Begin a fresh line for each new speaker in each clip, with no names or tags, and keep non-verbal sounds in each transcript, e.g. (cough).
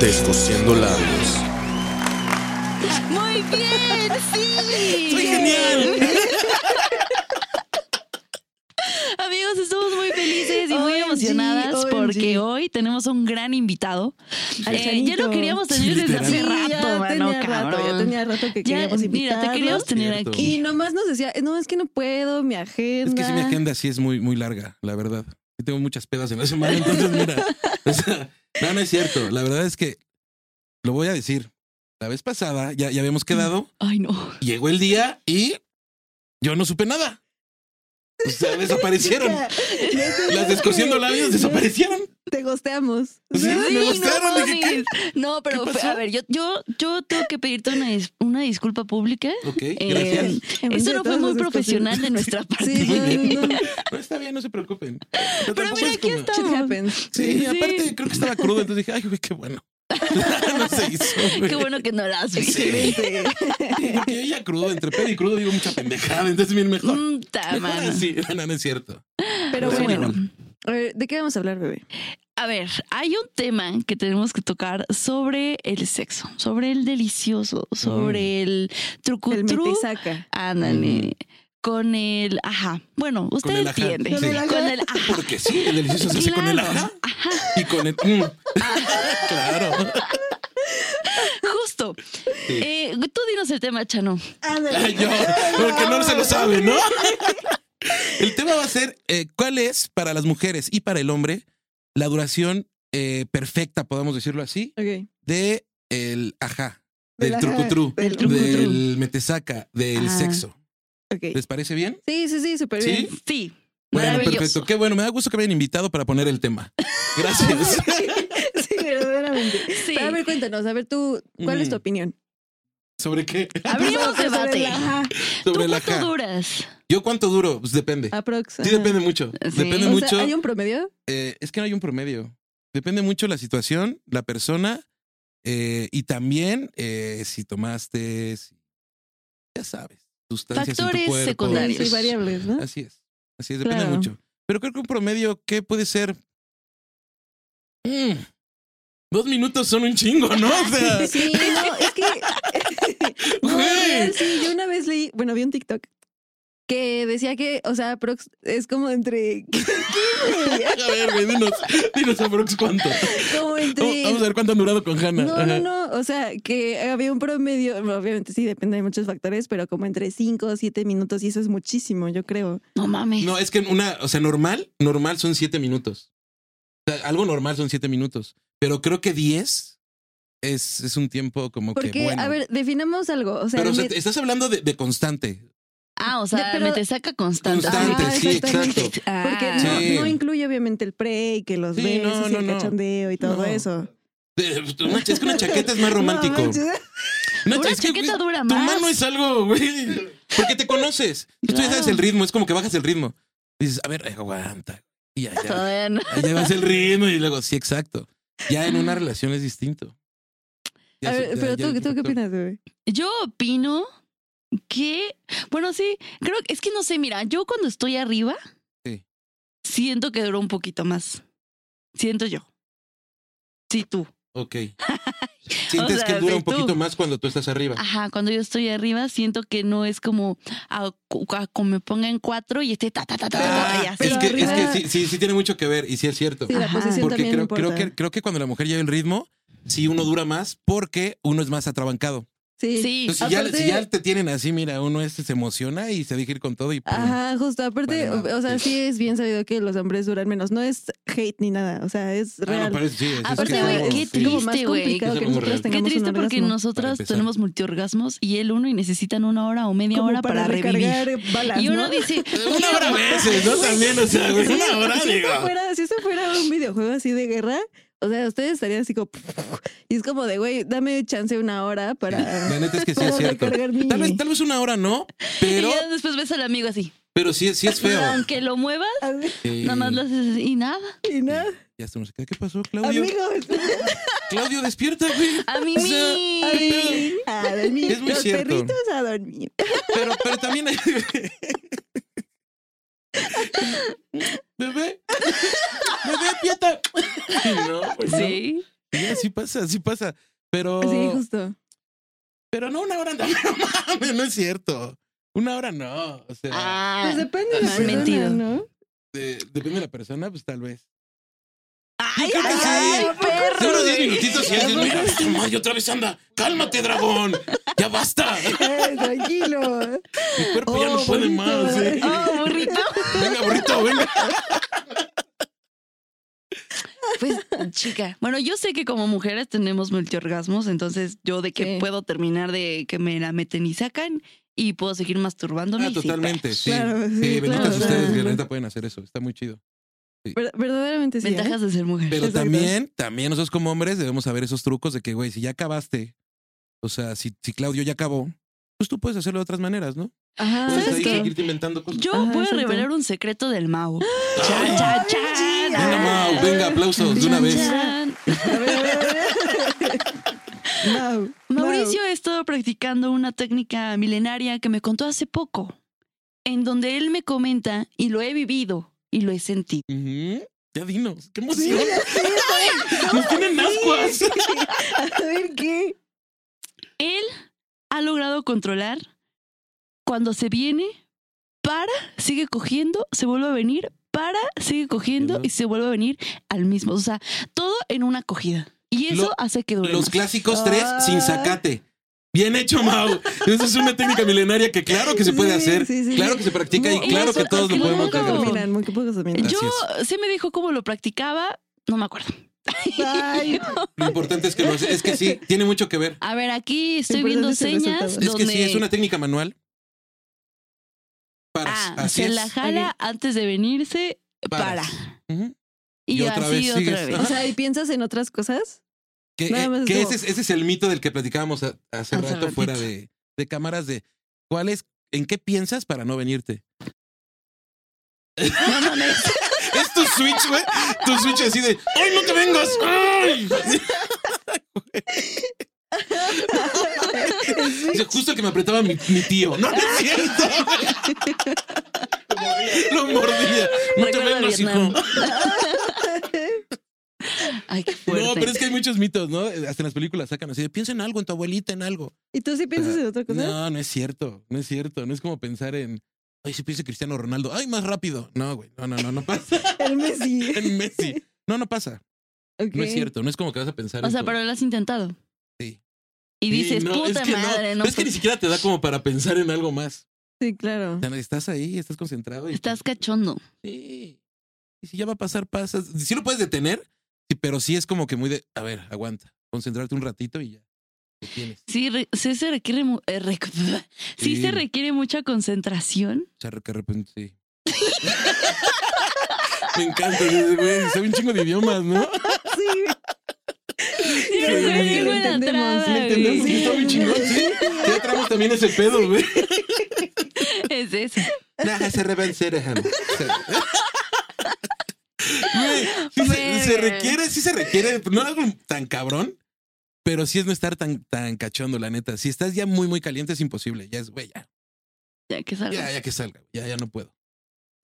Descosiendo labios.
Muy bien, sí.
¡Soy genial!
Amigos, estamos muy felices y muy
OMG,
emocionadas
OMG.
porque hoy tenemos un gran invitado.
Al
Eh, ya
Chanito.
lo queríamos tener desde
Sí,
hace rato,
ya
mano,
tenía rato,
cabrón.
ya tenía rato
Ya,
que queríamos
mira, te
invitarlo.
queríamos tener
Cierto.
aquí.
Y nomás nos decía, no, es que no puedo, mi agenda.
Es que si mi agenda sí es muy, muy larga, la verdad. Yo tengo muchas pedas en la semana, entonces mira. o sea, no, no es cierto. La verdad es que lo voy a decir. La vez pasada ya, ya habíamos quedado,
Ay, no.
llegó el día y yo no supe nada. O sea, desaparecieron.
Chica, ya te-
Las descosiendo labios desaparecieron.
Te gosteamos.
Sí, me
no
gustaron, dije, ¿qué?
mames. No, pero
pasó?
fe- a ver, yo, yo, yo tengo que pedirte una, dis- una disculpa pública.
Ok,
Eh,
gracias.
Esto
En
no
frente de
fue
todos
muy
los
profesional de nuestra parte.
Sí, no, no, no.
No, está bien, no se preocupen.
Pero
Yo tampoco
mira,
es
aquí
como-
está.
Shit happens.
Sí,
Sí.
aparte creo que estaba crudo, entonces dije, ay, güey, qué bueno. (laughs) no se hizo. güey.
Qué bueno que no las vi.
Sí. Porque ella crudo, entre pedo y crudo digo mucha pendejada, entonces bien mejor.
Mm, ta
Mejor
mano.
así. Ah, no, no es cierto.
Pero
Pues
Sí,
bueno,
igual.
a ver, ¿de qué vamos a hablar, bebé?
A ver, hay un tema que tenemos que tocar sobre el sexo, sobre el delicioso, sobre
Mm.
el
El mete
trucutru.
y saca.
Ándale. Con el ajá. Bueno, usted
el ajá,
entiende.
sí.
Con el ajá.
Porque sí, el delicioso se hace con el
Claro.
ajá y con el
(laughs)
mm. claro.
Justo.
Sí.
Eh, tú dinos el tema, Chano.
Ay, yo, porque no se lo sabe, ¿no? El tema va a ser eh, cuál es para las mujeres y para el hombre la duración eh, perfecta, podemos decirlo así,
Ok.
de el ajá, del
Del ajá,
trucutru,
del
trucutru.
del metesaca, del
Ah.
sexo.
Ok.
¿Les parece bien?
Sí, sí, sí, súper
¿Sí?
bien.
Sí.
Bueno,
Maravilloso.
perfecto. Qué bueno, me da gusto que me hayan invitado para poner el tema.
(laughs)
Gracias.
Sí, verdaderamente.
Sí.
Pero a ver, cuéntanos, a ver tú, ¿cuál es tu
Mm.
opinión?
¿Sobre qué?
Abrimos
Sobre
debate.
la- ajá,
¿Tú
(laughs) Sobre el
cuánto
ajá.
duras?
¿Yo cuánto duro? Pues depende.
Aprox.
Sí,
ajá.
depende mucho.
Sí.
Depende
O
Ah, O
mucho.
sea, ¿hay un
(laughs)
promedio?
eh, es que no hay un promedio. Depende mucho la situación, la persona eh, y también eh, si tomaste, si- ya sabes, sustancias en tu
Factores
cuerpo.
secundarios.
Sí, variables, ¿no?
Así es. Así es, depende
Claro.
mucho. Pero creo que un promedio, ¿qué puede ser? Mm, dos minutos son un chingo, ¿no? O sea,
(laughs) Sí, no, es
(laughs)
que. No,
Ah. Güey.
real, sí, yo una vez leí, bueno, vi un TikTok que decía que, o sea, aprox es como entre. (laughs)
a ver, güey, dinos, dinos a Brooks cuánto.
Como entre.
Oh, Vamos vamos a ver cuánto han durado con Hannah.
No,
Ajá.
no, no. O sea, que había un promedio. bueno, Obviamente sí, depende de muchos factores, pero como entre 5 o 7 minutos, y eso es muchísimo, yo creo.
No mames.
No, es que una, o sea, normal, normal son siete minutos. O sea, algo normal son siete minutos. Pero creo que diez es, es un tiempo como
Porque,
que. Bueno.
a ver, definamos algo. O sea,
pero o sea,
me-
te- estás hablando de, de constante.
Ah, o sea,
Ya, pero-
me te saca constante.
Constante,
Ajá,
sí,
exactamente.
exacto.
Ah.
porque
Sí.
no, no incluye obviamente el pre y que los
Sí,
besos
no,
y
no,
el
no.
cachondeo y todo
No.
eso.
De- una- es que una chaqueta es más romántico.
No, manches.
Una
Una
es que,
chaqueta
güey,
dura
Tu
más.
mano es algo, güey. Porque te conoces. Tú ya sabes
Claro.
el ritmo, es como que bajas el ritmo. Dices, a ver, aguanta. Y ya, ya.
Todavía no.
Ahí vas el ritmo y luego, sí, exacto. Ya en una relación es distinto. Ya
A
se-
ver,
ya-
pero
ya
tú,
es
¿tú qué
otro-
opinas, bebé?
Yo opino que, bueno, sí, creo es que no sé, mira, yo cuando estoy arriba,
Sí.
siento que duró un poquito más. Siento yo. Sí, tú.
(laughs)
Ok. Sientes
O sea,
que dura
sí,
un poquito
tú.
más cuando tú estás arriba.
Ah,
Ajá, cuando yo estoy arriba, siento que no es como a- a- como me ponga en cuatro y esté ta, ta, ta, ta, ta, y
Ah,
así.
es, que, es que
arriba-
sí, sí, sí tiene mucho que ver y sí es cierto.
Sí, la
Ajá.
posición
porque
también
creo,
importa.
creo que, creo que cuando la mujer lleva el ritmo, sí uno dura más porque uno es más atrabancado.
Sí.
Sí,
Entonces, si, ya,
Aparte-
si ya te tienen así, mira, uno este se emociona y se deja ir con todo y pum.
Ajá, justo. Aparte,
Vale, madre.
o sea, sí es bien sabido que los hombres duran menos. No es hate ni nada. O sea, es
Ah, no,
real.
pero sí, es- es
Aparte,
que
güey,
no,
qué
sí.
triste, güey.
Es
que
algo muy
nosotros
real.
Qué
tengamos
triste
un
porque
orgasmo.
nosotras
empezar.
tenemos multiorgasmos y él uno y necesitan una hora o media
Como
hora para,
recargar
revivir.
balas,
Y uno
¿no?
dice,
(laughs) Una hora a
(laughs)
veces, ¿no? También, o sea, güey,
Sí,
una hora,
si
digo.
Esto fuera, si esto fuera un videojuego así de guerra, o sea, ustedes estarían así como. Y es como de, güey, dame chance una hora para.
La neta es que sí
para
es cierto.
recargar mi-
Tal vez, tal vez una
(laughs)
hora no, pero,
y ya después ves al amigo así.
pero sí, sí es
Y
feo.
aunque lo muevas,
Sí.
nada más lo haces y nada.
Y nada.
Ya estamos acá. ¿Qué pasó, Claudio?
Amigo,
Claudio, despierta, güey.
A mí
O sea,
a dormir, (laughs) a dormir.
Es muy
Los
cierto.
perritos a dormir.
Pero, pero también
(laughs)
hay... Bebé. Bebé, pieta. No, pues no.
Sí.
Sí, así pasa, así pasa. Pero,
Oh.
Sí, justo.
pero no una hora no, (laughs) no mames, no es cierto. Una hora no. O sea,
Ah,
Pues depende de la
mal
persona,
mentido.
¿no?
de- depende de la persona, pues tal vez.
ay,
Yo creo que sí.
ay, perro.
Seguro
güey.
10 minutitos y alguien, mira,
(laughs)
esta madre otra vez anda. Cálmate, dragón. Ya basta.
Eh, tranquilo.
Mi cuerpo ya no
Oh,
puede
bonito.
más. ¿eh?
Oh,
(laughs)
burrito.
Venga, burrito, venga.
Pues, chica. Bueno, yo sé que como mujeres tenemos multiorgasmos, entonces yo de que
Sí.
puedo terminar de que me la meten y sacan y puedo seguir masturbándome.
Ah,
y sin
totalmente,
pedos.
sí.
Claro,
sí,
sí,
benditas
claro,
ustedes
claro.
que la neta pueden hacer eso. Está muy chido.
Ver- verdaderamente sí. ¿eh?
Ventajas de ser mujer.
Pero
Exacto.
también, también nosotros como hombres debemos saber esos trucos de que, güey, si ya acabaste, o sea, si, si Claudio ya acabó, pues tú puedes hacerlo de otras maneras, ¿no?
Ajá,
¿Sabes
Puedes ahí
justo.
qué?
seguirte inventando cosas. Ah.
Yo
Ajá,
voy a
exacto.
revelar un secreto del Mao. Chan,
Ay.
chan,
Ay,
chan.
Venga, Mau, venga, aplausos de una
Chan,
vez.
chan.
A ver, a ver, a ver. Mau,
Mauricio ha estado practicando una técnica milenaria que me contó hace poco, en donde él me comenta y lo he vivido y lo he sentido.
Ujú. Ya dinos, qué
Mau. Sí,
emoción.
sí, está bien.
Nos tienen ascuas.
Sí. A ver qué.
Él ha logrado controlar cuando se viene, para, sigue cogiendo, se vuelve a venir, para, sigue cogiendo
Entiendo.
y se vuelve a venir al mismo. O sea, todo en una cogida. Y eso
Lo-
hace que dure.
Los
más.
clásicos tres sin
Ah.
sacate. Bien hecho, Mau. Esa es una técnica milenaria que claro que se puede
Sí,
hacer,
sí, sí.
claro que se practica y
No,
claro que
eso,
todos lo
claro.
podemos
Muy pocos
hacer.
dominan, muy pocos dominan.
Yo
Así
sí me dijo cómo lo practicaba, no me acuerdo.
Ay,
Lo importante es que lo hace- es que sí, tiene mucho que ver.
A ver, aquí estoy
Lo importante
viendo
es el
señas
resultado.
Es
donde
que sí, es una técnica manual. Paras.
ah,
así
se
es.
la jala antes de venirse, para.
Paras. Ujú.
Y,
Y otra
así
vez
otra
sigues.
vez.
o
(laughs)
sea, ¿y piensas en otras cosas?
Que,
Nada
eh,
más es
que
como-
ese, es, ese es el mito del que platicábamos a-
Hace
hace rato
ratito.
fuera de, de cámaras de cuál es, en qué piensas para no venirte.
No, no, no.
(laughs) Es tu switch, güey. Tu switch así de ¡Ay, no te vengas! ¡Ay!
(laughs)
O sea, justo que me apretaba mi, mi tío. No, no es cierto. Lo mordía. No te
Recuerdo a
vengas, hijo.
Vietnam. Ay, qué fuerte.
No, pero es que hay muchos mitos, ¿no? Hasta en las películas sacan así de piensa en algo, en tu abuelita, en algo.
¿Y tú sí piensas en otra cosa?
No, no es cierto, no es cierto. No es como pensar en, ay, si piensa Cristiano Ronaldo, ay, más rápido. No, güey, no, no, no, no pasa.
(laughs)
El Messi.
En Messi. (laughs) No, no pasa.
Ok.
No es cierto, no es como que vas a pensar
O
en
sea,
tu-
pero lo has intentado.
Sí.
Y
Sí,
dices,
no,
puta
es que no,
madre, no.
pero es que ni siquiera te da como para pensar en algo más.
Sí, claro.
O sea, estás ahí, estás concentrado. Y
Estás cachondo.
Sí. Y si ya va a pasar, pasas. Sí lo puedes detener, sí, pero sí es como que muy de, a ver, aguanta, concentrarte un ratito y ya. Lo tienes.
Sí, re- sí se requiere mu- eh, re- (laughs) sí
Sí.
se requiere mucha concentración. (laughs)
O sea, que de repente sí. (laughs) Me encanta, dices, güey, sabe un chingo de idiomas, ¿no?
Sí,
Sí,
pero (laughs)
se
es
ve
que
bien
lo
buena
entendemos,
traba,
lo
¿Me entendés?
güey.
Sí, está muy chingón, sí. Ya traemos también ese pedo, güey.
Es eso.
Nah, se revencerejan. Güey, sí se,
Verga.
se requiere, sí se requiere, no algo tan cabrón, pero sí es no estar tan, tan cachondo, la neta. Si estás ya muy, muy caliente, es imposible. Ya es, güey, ya,
Ya que
ya,
salga.
ya que salga, ya, ya no puedo.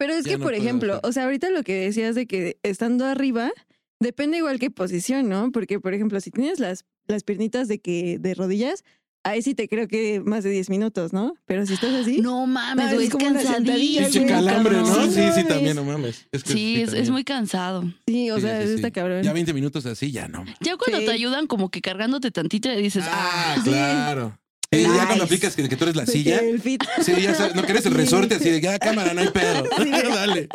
Pero es
Ya
que,
no
por
puedo
ejemplo,
bajar.
o sea, ahorita lo que decías de que estando arriba, depende igual qué posición, ¿no? Porque, por ejemplo, si tienes las, las piernitas de que de rodillas, ahí sí te creo que más de 10 minutos, ¿no? Pero si estás así,
No mames,
No,
güey, es
es como una
cansadillo.
sentadilla,
güey,
Pinche calambre, ¿no?
cabrón.
Sí, sí,
mames.
también, no mames. Es que
Sí, es, es
también.
muy cansado.
sí, o
Sí,
sea,
sí, sí.
está cabrón.
Ya 20 minutos así, ya no.
Ya cuando
Sí.
te ayudan como que cargándote tantito y dices, ah,
Ah,
sí.
claro. Sí, ya
Nice.
cuando aplicas que, que tú eres la
De
silla.
que El fit. (laughs)
Sí, ya sabes, no quieres el
Sí.
resorte así de ya cámara, no hay pedo.
(laughs) Sí.
(laughs) Dale.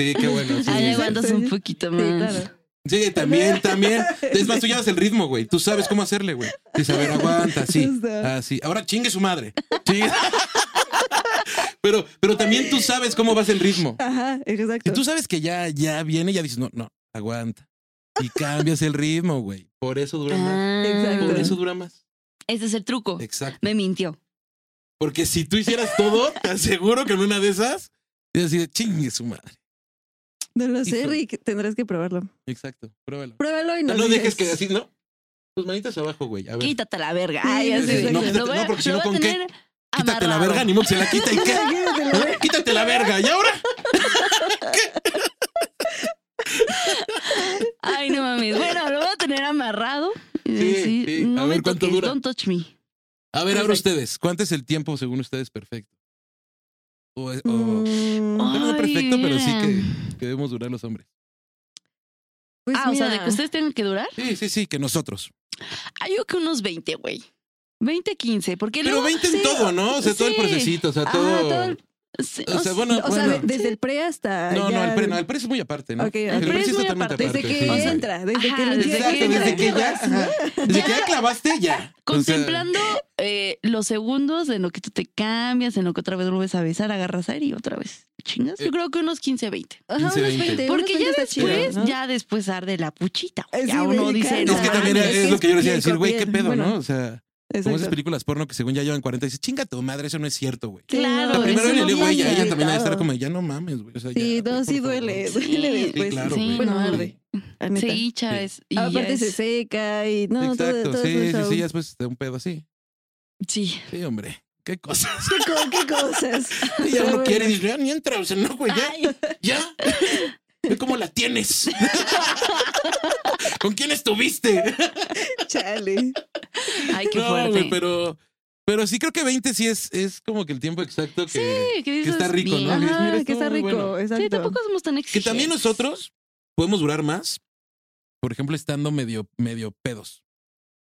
Sí, qué bueno. sí.
Ahí
exacto,
aguantas un
sí.
poquito
Sí,
Mm.
más.
claro.
Sí, también, también. Es más, tú
(laughs)
llevas el ritmo, güey. Tú sabes cómo hacerle, güey. Dices, a ver,
(laughs)
aguanta, sí.
Justo.
Así. Ahora chingue su madre. Chingue. (laughs) Pero, pero también tú sabes cómo vas el ritmo.
Ajá,
Si
exacto.
tú sabes que ya, ya viene, ya dices, no, no, aguanta. Y cambias el ritmo, güey. Por eso dura más.
Ah,
Exacto.
Por eso dura más.
Ese es el truco.
Exacto.
Me mintió.
Porque si tú hicieras todo, te aseguro que en una de esas, dices así de chingue su madre.
No lo sé,
Híjole.
Rick. Tendrás que probarlo.
Exacto. Pruébalo.
Pruébalo y
No,
nos
no dejes
dices.
que
(laughs)
así, ¿no? Tus manitas abajo, güey. A ver.
Quítate la verga.
Sí,
Ay, así.
exacto.
de-
No,
lo
quítate-
voy a-
no, porque si
lo
no,
voy a
¿con qué?
tener
Quítate la
amarrado.
verga, ni modo que se la quita y qué. ¿Eh?
Quítatela, güey.
Quítate la verga, ¿y ahora?
Ay, no
(laughs)
mames. Bueno, lo voy a tener amarrado. y
Sí,
decir,
sí.
No
A
me
ver, ¿cuánto
toques,
dura?
Don't touch me.
A ver, ahora ustedes, ¿cuánto es el tiempo según ustedes perfecto? O, es- o-
Mm,
no, no
Ay,
perfecto, pero sí
mira.
que, que debemos durar los hombres.
pues
ah, o sea, de
mira,
que ustedes tengan que durar.
Sí, sí, sí, que nosotros.
Hay Ah, yo que unos 20, güey. 20, 15. Porque
Pero
luego,
20 en
sí,
todo, ¿no? O sea, todo el
sí.
procesito, o sea,
Ajá,
todo.
todo el-
sí,
o sea, bueno,
O sea,
bueno.
de- desde el pre hasta.
No, no,
ya-
el pre, no, el pre es muy aparte, ¿no?
Ok, ok.
El pre
El
sí
pre
es
es muy
totalmente aparte.
aparte.
Desde
sí,
que
sí.
entra, desde
Ajá,
que lo
desde
entiendes.
que
Exacto, desde que ya,
Vas, ¿no?
ajá, desde que ya clavaste, ya. O sea,
Contemplando eh, los segundos en lo que tú te cambias, en lo que otra vez vuelves a besar, agarras aire y otra vez chingas.
Eh.
Yo creo que unos 15, 20.
Ajá,
15,
unos
20.
20.
Porque
unos
ya
20 está chido,
después,
¿no?
ya después arde la puchita.
Eh,
Ya
sí,
uno
güey,
dice,
claro.
"No
es que también
mames".
es
es
que
lo que yo les iba a
es
decir, güey,
piel
qué
con
pedo,
piel.
¿no? O sea, como esas
Exacto.
películas porno que según ya llevan 40 y dices, chinga tu madre, eso no es cierto, güey.
Claro,
Sí,
La
eso
primera vez
no
le digo, güey,
duele.
ya ella también va a estar
Irritado.
como, ya no mames, güey. O sea,
Sí,
ya,
no,
por
sí
favor.
duele.
Sí,
Duele
sí,
después.
claro, güey.
Bueno,
No.
arde. la neta.
Sí, cha,
Sí.
es- y ya
Aparte
es-
se seca y no, todo-
Exacto,
todo,
sí,
es un
sí,
show.
sí, ya después te da un pedo así.
Sí.
Sí, hombre, qué
(laughs)
cosas. (laughs)
¿Qué, co- qué cosas?
ya
Pero
no
bueno.
quiere, y dice, ya ni entra, o sea, no, güey, ya, ya. Ve cómo
(laughs)
la tienes. ¿Con quién estuviste?
Chale.
Ay, qué
No,
fuerte.
güey, pero, pero sí creo que 20 sí es, es como que el tiempo exacto que.
Sí, que dices,
está rico, ¿no?
bien.
Dices, mira,
Ajá,
estuvo
que está
muy
rico.
bueno.
Exacto.
Sí, tampoco somos tan
Que
exigentes.
también nosotros podemos durar más, por ejemplo, estando medio, medio pedos.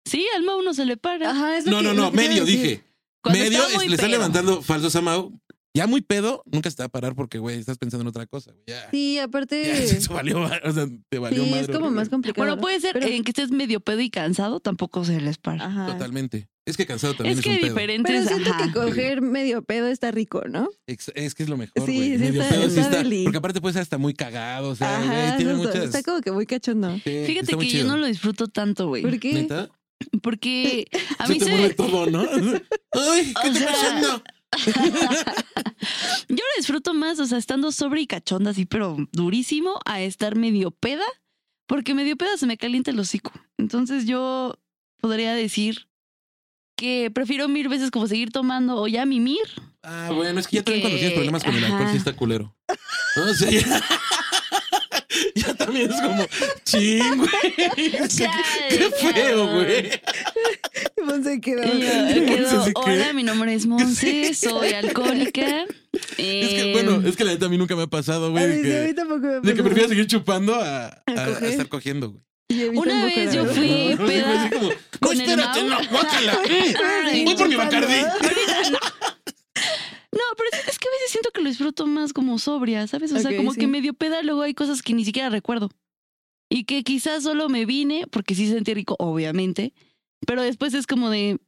Sí, al Mau no se le para.
Ajá, es lo
No,
que-
no,
lo
no,
que te iba a
medio,
decir.
dije.
Cuando
medio
está
es-
muy
le están
pedo.
levantando falsos a Mau. Ya muy pedo, nunca se te va a parar porque, güey, estás pensando en otra cosa. güey. Ya,
Sí,
(laughs) ya,
aparte.
eso valió, ma- o sea, te valió
sí,
madre,
es como
güey.
más complicado.
Bueno, pues, puede ser
Pero-
en que estés medio pedo y cansado, tampoco se les para.
Ajá.
Totalmente. Es que cansado Ah, también es,
es que
un pedo.
diferentes.
Pero siento
ajá.
que coger medio pedo está rico, ¿no?
Ex- Es que es lo mejor,
Sí,
güey.
sí
Medio
está-
pedo
está
sí está.
deli.
Porque aparte puede ser hasta muy cagado, o sea, güey,
Ajá,
tiene
justo,
muchas.
está como que muy cachondo.
Sí,
Fíjate
Eh, está muy
que yo
chido.
no lo disfruto tanto, güey.
¿Por qué? (laughs)
¿Neta?
Porque a
Se
mí
te
se
mueve
me-
todo, ¿no? Ay, ¿qué
O
está
sea,
pasando?
yo lo disfruto más, o sea, estando sobre y cachonda así, pero durísimo, a estar medio peda, porque medio peda se me calienta el hocico. Entonces yo podría decir que prefiero mil veces como seguir tomando o ya mimir.
Ah, bueno, es que ya también cuando tienes
que-
problemas con el alcohol,
ajá.
sí está culero. O sea, (laughs) ya, ya también es como, ching, güey. O sea, qué, qué feo, güey.
Monse Pues quedó.
Y yo Eh, quedo,
¿sí (laughs) qué?
Hola, mi nombre es Monse, soy alcohólica.
Es que,
eh,
bueno, es que la neta a mí nunca me ha pasado,
A
güey.
mí-
De
a mí
que,
tampoco me
de que
pasó.
prefiero seguir chupando a, a-
coger.
a estar cogiendo, güey.
Y a mí
Una
tampoco,
vez
la
yo
(laughs)
verdad.
fui
No, sí, güey,
peda
así como, no,
con el
espérate, no,
Mau.
guácala.
(laughs)
Ay,
Voy por mi
Ah, chupando.
Bacardi.
No, pero es- es que a veces siento que lo disfruto más como sobria, ¿sabes? O sea,
Ok,
como
sí.
que medio peda, luego hay cosas que ni siquiera recuerdo. Y que quizás solo me vine, porque sí sentí rico, obviamente. Pero después es como de.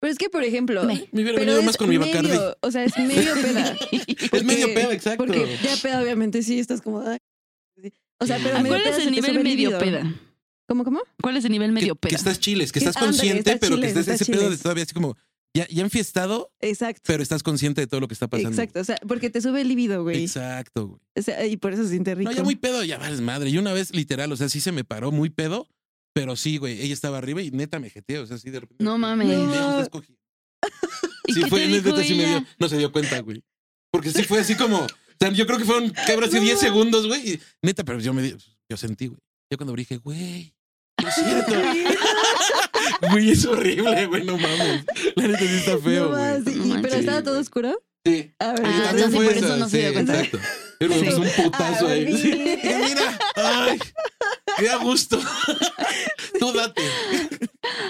Pero es que, por ejemplo.
(laughs)
(laughs)
Me.
Me
Pero
hubiera venido
es
más con mi
medio,
Bacardi.
O sea, es
(laughs)
medio peda.
Es medio
porque-
pedo, exacto.
Porque ya peda, obviamente, sí, estás como. "Ay". O sea,
Sí.
pero
Ah,
¿A
medio
¿Cuál
peda
es
se
el
te sube
nivel
el
medio
líbido.
peda?
¿Cómo, cómo?
¿Cuál es el nivel medio
que, que
peda?
estás chiles, que
Que-
estás
Ah, ándale,
consciente,
estás
pero que
chiles,
estás ese
estás
pedo de
chiles.
todavía así como, ya, ya enfiestado,
Exacto.
pero estás consciente de todo lo que está pasando.
Exacto. O sea, porque te sube el libido, güey.
Exacto, güey.
O sea, y por eso se siente rico.
No, ya muy pedo, ya vales madre. Y una vez, literal, o sea, sí se me paró muy pedo, pero sí, güey, ella estaba arriba y neta me jeteé, o sea, así de repente.
No mames.
Lejos,
No.
la escogí.
¿Y
Sí,
qué
fue
te
neta,
dijo
sí me
ella?
dio, no se dio cuenta, güey. Porque sí fue así como, o sea, yo creo que fueron,
(laughs)
¿qué habrá sido?
No
10
mames.
segundos, güey. y Neta, pero yo me di- yo sentí, güey. Yo cuando dije, güey, no es
(laughs)
cierto. (laughs) Güey, es horrible, güey, no mames. La neta sí está feo,
No
güey.
más, y-
No
y-
manches.
pero estaba todo
Sí,
oscuro.
Sí.
A ver,
Ah,
entonces-
entonces por eso no se dio cuenta.
Exacto. Pero
Sí.
es un putazo
Ah, sí.
ahí. (laughs) Sí. Mira, ay, qué a
(laughs)
gusto. Tú date.